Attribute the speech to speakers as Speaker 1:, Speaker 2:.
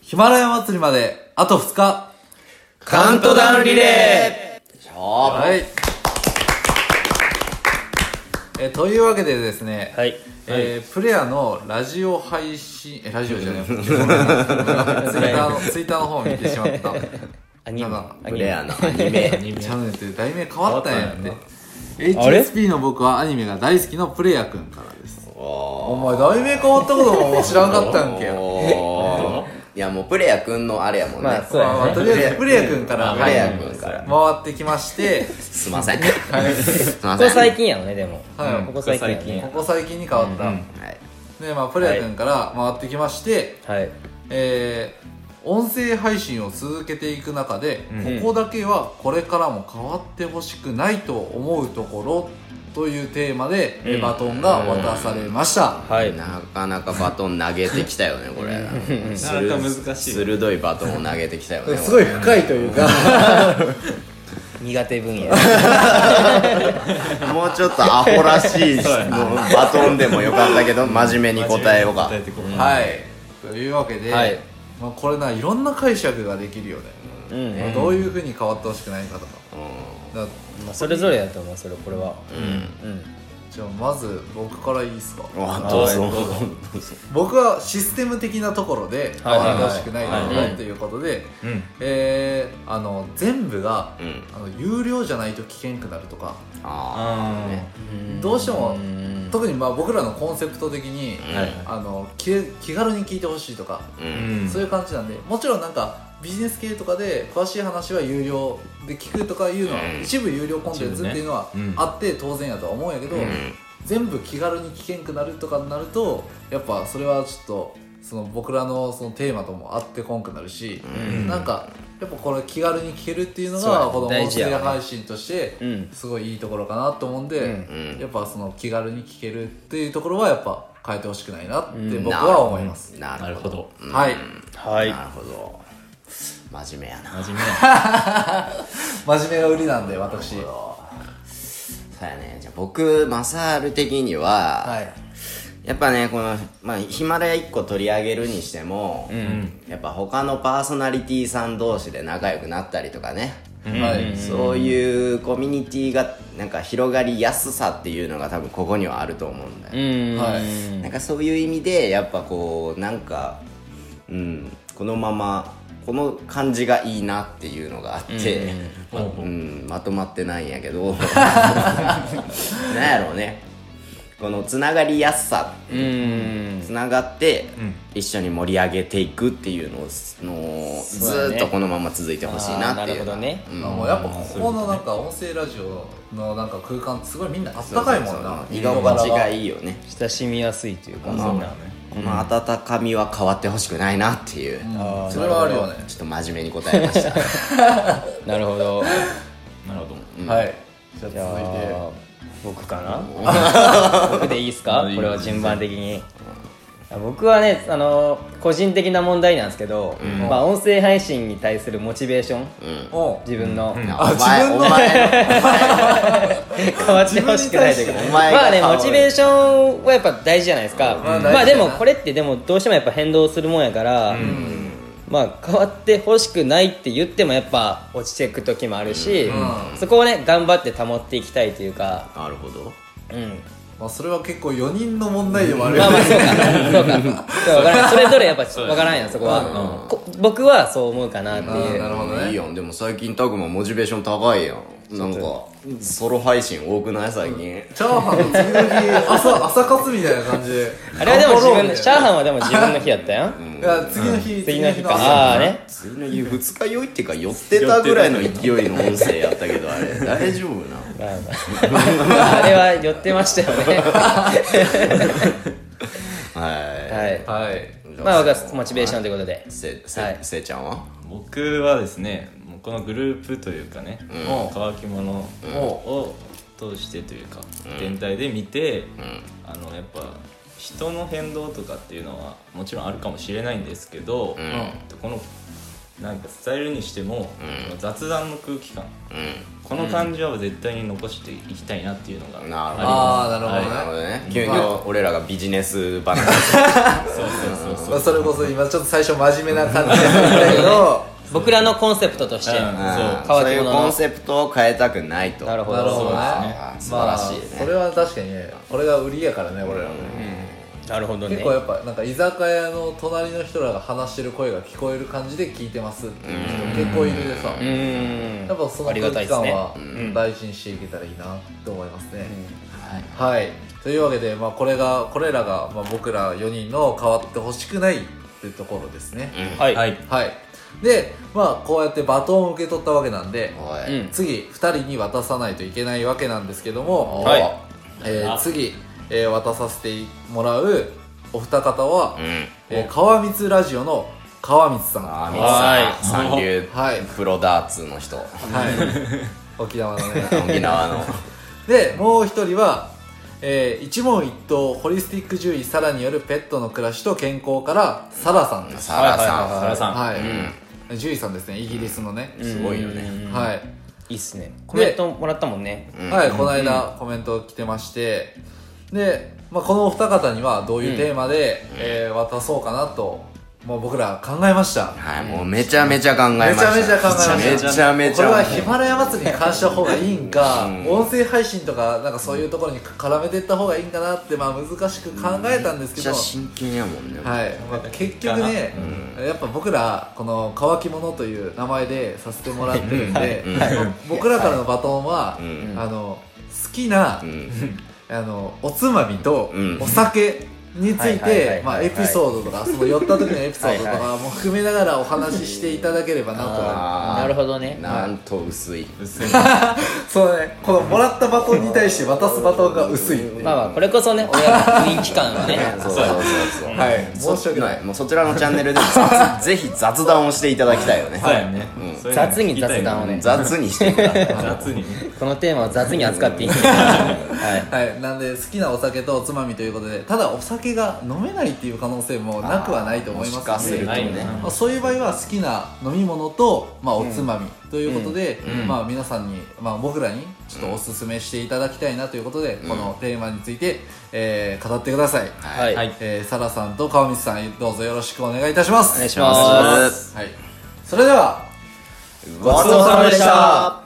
Speaker 1: ヒマラヤ祭りまで、あと2日。
Speaker 2: カウントダウンリレ
Speaker 1: ーはい。えーというわけでですね、
Speaker 2: はい
Speaker 1: えープレアのラジオ配信、え、ラジオじゃない ツイッターの、ツイッターの方を見てしまった。
Speaker 2: アニ
Speaker 1: な
Speaker 2: メ
Speaker 1: んか
Speaker 2: アニメ
Speaker 3: プレアのアニメ
Speaker 1: チャンネルって題名変わったんやって。
Speaker 2: あれ
Speaker 1: HSP の僕はアニメが大好きのプレイヤーくんからです。
Speaker 3: お
Speaker 1: お前、題名変わったことも知らんかったんけ。
Speaker 3: おいやもうプレイヤーくんのあれやもんね、
Speaker 2: まあそう
Speaker 1: まあまあ、とりあえず、プレイヤーくんから、
Speaker 3: プレイヤーくんから
Speaker 1: 回ってきま して、
Speaker 3: すいません、すいま
Speaker 2: こ
Speaker 3: せん
Speaker 2: こ最近やのねでも、
Speaker 1: はい
Speaker 2: ここ最近やね
Speaker 1: ここ最近に変わった。
Speaker 3: はい
Speaker 1: で、まあ、プレイヤーくんから回ってきまして、
Speaker 2: はい
Speaker 1: えー音声配信を続けていく中で、ここだけはこれからも変わってほしくないと思うところというテーマで、えーバトンが渡されました、
Speaker 2: はい
Speaker 3: なかなかバトン投げてきたよねこれ
Speaker 4: なかなか難しい
Speaker 3: 鋭いバトンを投げてきたよね
Speaker 5: すごい深いというか
Speaker 2: 苦手分野
Speaker 3: もうちょっとアホらしいのバトンでもよかったけど真面目に答えようか
Speaker 4: 答えてこう
Speaker 1: はいというわけで、
Speaker 2: はい
Speaker 1: まあ、これないろんな解釈ができるよね、
Speaker 2: うん、
Speaker 1: まあどういうふうに変わってほしくないかとかだ
Speaker 2: まあ、それぞれやと思うそれこれはうん、
Speaker 1: じゃあまず僕からいいですか
Speaker 3: あどうぞ
Speaker 1: 僕はシステム的なところで変
Speaker 2: はいは
Speaker 1: わ
Speaker 2: い
Speaker 1: ってほしくないとこ
Speaker 2: はい
Speaker 1: ろということで、
Speaker 4: うん
Speaker 1: えーあの全部が、
Speaker 3: うん
Speaker 1: あの有料じゃないと危険くなるとか、
Speaker 3: あ
Speaker 4: あ
Speaker 1: どうしても特にまあ僕らのコンセプト的に、
Speaker 3: ーうん
Speaker 1: あの気気軽に聞いてほしいとか、
Speaker 3: う
Speaker 4: ーうんん
Speaker 1: そういう感じなんでもちろんなんかビジネス系とかで詳しい話は有料で聞くとかいうのは、
Speaker 3: うん
Speaker 1: 一部有料コンテンツっていうのは
Speaker 4: 一部ねうん
Speaker 1: あって当然やとは思うんやけど、全部気軽に危険くなるとかになるとやっぱそれはちょっとその僕らのそのテーマとも合ってこんくなるし、
Speaker 4: ん
Speaker 1: なんかやっぱこれ気軽に聞けるっていうの
Speaker 2: そうや
Speaker 1: が
Speaker 2: ね
Speaker 1: この音
Speaker 2: 大事や
Speaker 1: 声
Speaker 2: わね
Speaker 1: 配信として
Speaker 2: うん
Speaker 1: すごいいいところかなと思うんで、
Speaker 3: うん
Speaker 1: やっぱその気軽に聞けるっていうところはやっぱ変えてほしくないなって僕は思います。
Speaker 3: な
Speaker 4: なるほど
Speaker 1: はい
Speaker 2: はい
Speaker 3: なるほど真面目やな
Speaker 4: 真面目や
Speaker 1: 真面目が売りなんで私
Speaker 3: そうやねじゃあ僕マサール的には、
Speaker 1: はい
Speaker 3: やっぱねこの、まあ、ヒマラヤ1個取り上げるにしても、やっぱ他のパーソナリティさん同士で仲良くなったりとかね、
Speaker 1: はい
Speaker 3: そういうコミュニティがなんか広がりやすさっていうのが多分ここにはあると思うんだ
Speaker 2: う
Speaker 3: よ、
Speaker 2: ん
Speaker 1: はい
Speaker 3: なんかそういう意味でやっぱこうなんか、うん、このままこの感じがいいなっていうのがあって、まうんまとまってないんやけどなんやろうねこのつながりやすさ
Speaker 2: うん
Speaker 3: つながって一緒に盛り上げていくっていうのをのず
Speaker 2: そうだね
Speaker 3: ーっとこのまま続いてほしいなっていう
Speaker 2: あーなるほどね
Speaker 3: うん
Speaker 1: あもうやっぱここのなんか音声ラジオのなんか空間ってすごいみんなあったかいもんな
Speaker 3: 居心地が
Speaker 1: い
Speaker 3: いいよね
Speaker 2: 親しみやすいというか
Speaker 3: うん
Speaker 2: そんな
Speaker 3: この温かみは変わってほしくないなっていう、
Speaker 2: あー
Speaker 1: それはあるよね
Speaker 3: ちょっと真面目に答えました
Speaker 2: なるほど
Speaker 4: なるほど
Speaker 1: はいじゃ
Speaker 2: じゃ
Speaker 1: あ続いて
Speaker 2: あ僕かな僕でいいですかこれは順番的に僕はねあの個人的な問題なんですけど、まあ、音声配信に対するモチベーション
Speaker 1: お
Speaker 2: 自分の、
Speaker 3: お前お前の
Speaker 2: 変わってほしくないというか
Speaker 3: 自分に対してお前が
Speaker 2: まあね
Speaker 3: 変わ
Speaker 2: モ
Speaker 3: る
Speaker 2: チベーションはやっぱ大事じゃないですか、
Speaker 1: まあ大事だな
Speaker 2: まあでもこれってでもどうしてもやっぱ変動するもんやから、まあ変わってほしくないって言ってもやっぱ落ちていく時もあるし、
Speaker 1: う
Speaker 2: そこをね頑張って保っていきたいというか、
Speaker 3: なるほど
Speaker 2: うん、
Speaker 1: まあそれは結構4人の問題でもある
Speaker 2: ま
Speaker 1: よ
Speaker 2: あまあ
Speaker 1: ね
Speaker 2: そうかそうかそう分からんそれぞれやっぱ分からんやんそこは、こ僕はそう思うかなっていう、
Speaker 1: なるほど
Speaker 3: いい
Speaker 1: ね
Speaker 3: やんでも最近タグマモチベーション高いやんなんかソロ配信多くない最近
Speaker 1: チャーハンの次の日朝朝活みたいな感じで
Speaker 2: あれはでも自分のシャー
Speaker 1: ン
Speaker 2: ハンはでも自分の日やったやん
Speaker 1: いや次の日
Speaker 2: 次の日か
Speaker 1: 朝
Speaker 2: ああーね
Speaker 3: 次の日二日酔いっていうか寄ってたぐらいの勢いの音声やったけどあれ大丈夫な
Speaker 2: まあまああれは寄ってましたよ ね
Speaker 3: は
Speaker 2: はい
Speaker 1: はい
Speaker 3: い
Speaker 2: まあ僕はモチベーションということで
Speaker 3: せ
Speaker 2: は
Speaker 3: せ
Speaker 2: い
Speaker 3: せいちゃんは
Speaker 4: 僕はですねもうこのグループというかね乾き物を通してというか全体で見てあのやっぱ人の変動とかっていうのはもちろんあるかもしれないんですけどこのなんか伝えるにしてもこの雑談の空気感
Speaker 3: うん
Speaker 4: この感じは絶対に残していきたいなっていうのがあり
Speaker 3: なるほど
Speaker 1: ああ
Speaker 4: ます
Speaker 1: なるほどね、
Speaker 4: はい
Speaker 3: なるほどね
Speaker 1: うん
Speaker 3: 急に俺らがビジネス話
Speaker 4: そうそうそうそう
Speaker 1: まあ、それこそ今ちょっと最初真面目な感じでったけど
Speaker 2: 僕らのコンセプトとして
Speaker 4: うん
Speaker 3: うん
Speaker 2: 乾
Speaker 3: そう
Speaker 2: き
Speaker 3: いう
Speaker 2: 物
Speaker 3: コ
Speaker 2: の
Speaker 3: ンセプトを変えたくないと
Speaker 2: なるほど
Speaker 1: なるほどね
Speaker 3: あー素晴らしいね
Speaker 1: まあ、それは確かにねこれが売りやからね俺らもね、
Speaker 2: なるほどね
Speaker 1: 結構やっぱなんか居酒屋の隣の人らが話してる声が聞こえる感じで聞いてますっていう人結構いるでさ、
Speaker 2: うーん
Speaker 1: やっぱその
Speaker 2: ありが
Speaker 1: 空
Speaker 2: たい
Speaker 1: 気
Speaker 2: です
Speaker 1: 感
Speaker 2: ね
Speaker 1: は
Speaker 2: ん
Speaker 1: 大事にしていけたらいいなと思いますね、はい、というわけで、まあ、これがこれらが、まあ、僕ら4人の変わってほしくないっていうところですね、
Speaker 2: はい、
Speaker 4: はい
Speaker 1: はいでまあこうやってバトンを受け取ったわけなんで、
Speaker 3: お
Speaker 2: う
Speaker 3: い
Speaker 2: ん
Speaker 1: 次2人に渡さないといけないわけなんですけども、
Speaker 2: はい
Speaker 1: えー
Speaker 4: あ
Speaker 1: 次、えー渡させてもらうお二方は、
Speaker 3: うん
Speaker 1: えー川光ラジオの川光さん
Speaker 3: あ
Speaker 1: は
Speaker 3: あ三三流
Speaker 1: はい
Speaker 3: プロダーツの人
Speaker 1: い 沖縄のね
Speaker 3: 沖縄の
Speaker 1: でもう一人は、えー一問一答ホリスティック獣医サラによるペットの暮らしと健康からサラさんです
Speaker 3: サラ
Speaker 4: はいはい
Speaker 3: さ
Speaker 4: は
Speaker 3: ん
Speaker 4: いラさん
Speaker 1: はい、獣医さんですねイギリスのね、
Speaker 3: すごいよね
Speaker 1: はい
Speaker 2: いいっすねコメントもらったもんね
Speaker 1: はい、この間コメント来てまして、で、まあ、このお二方にはどういうテーマで、えー渡そうかなと、もう僕ら考えました。
Speaker 3: はいもうめちゃめちゃ考えました
Speaker 1: めちゃめちゃ考えました
Speaker 3: めちゃめ
Speaker 1: こ
Speaker 3: ち
Speaker 1: れ
Speaker 3: ゃ
Speaker 1: はヒマラヤ祭りに関した方がいいんか、
Speaker 3: うん
Speaker 1: 音声配信とか、なんかそういうところに絡めていった方がいいんかなって、まあ難しく考えたんですけ
Speaker 3: めっ
Speaker 1: ど、
Speaker 3: ちゃ
Speaker 1: は
Speaker 3: 真剣やもん
Speaker 1: い。
Speaker 3: ね
Speaker 1: まあ、結局ね、やっぱ僕ら、この乾き物という名前でさせてもらってるんで、僕らからのバトンは、
Speaker 3: ん
Speaker 1: あの、好きな、
Speaker 3: うん
Speaker 1: あのおつまみと
Speaker 3: うん
Speaker 1: お酒につい
Speaker 2: はいはいはいはい
Speaker 1: てまあエピソードとかその寄った時のエピソードとかも含めながらお話ししていただければな
Speaker 3: あー
Speaker 2: なるほどね
Speaker 3: なんと薄い
Speaker 4: 薄い
Speaker 1: とそうねこのもらったバトンに対して渡すバトンが薄いっていう
Speaker 2: まあまあこれこそね俺らの雰囲気感はね
Speaker 3: そうそうそうそう
Speaker 1: はい申し訳ない
Speaker 3: もうそちらのチャンネルでも雑ぜひ雑談をしていただきたいよね
Speaker 4: そうやね
Speaker 3: うん
Speaker 4: そういうの
Speaker 2: 雑に雑談を
Speaker 4: 聞
Speaker 2: ね
Speaker 3: 雑にしてください
Speaker 4: きたいな雑に
Speaker 2: このテーマを雑に扱っていいんですか はい
Speaker 1: はいなんで好きなお酒とおつまみということでただお酒が飲めないっていう可能性もなくはないと思い
Speaker 3: もし
Speaker 1: ま
Speaker 3: か
Speaker 1: す
Speaker 3: す
Speaker 1: の
Speaker 3: る
Speaker 1: で
Speaker 3: と
Speaker 4: ないよ
Speaker 3: ね
Speaker 4: な
Speaker 1: まあそういう場合は好きな飲み物と、まあ、おつまみということで、まあ、皆さんに、まあ、僕らにちょっとおすすめしていただきたいなということで、このテーマについて、えー語ってください、
Speaker 2: はい、
Speaker 4: はい
Speaker 1: えーサラさんと川光さんどうぞよろしくお願いいたします
Speaker 2: お願いし
Speaker 3: お願いし
Speaker 2: ま
Speaker 3: ますす
Speaker 1: はい、それでは
Speaker 3: ごちそうさまでした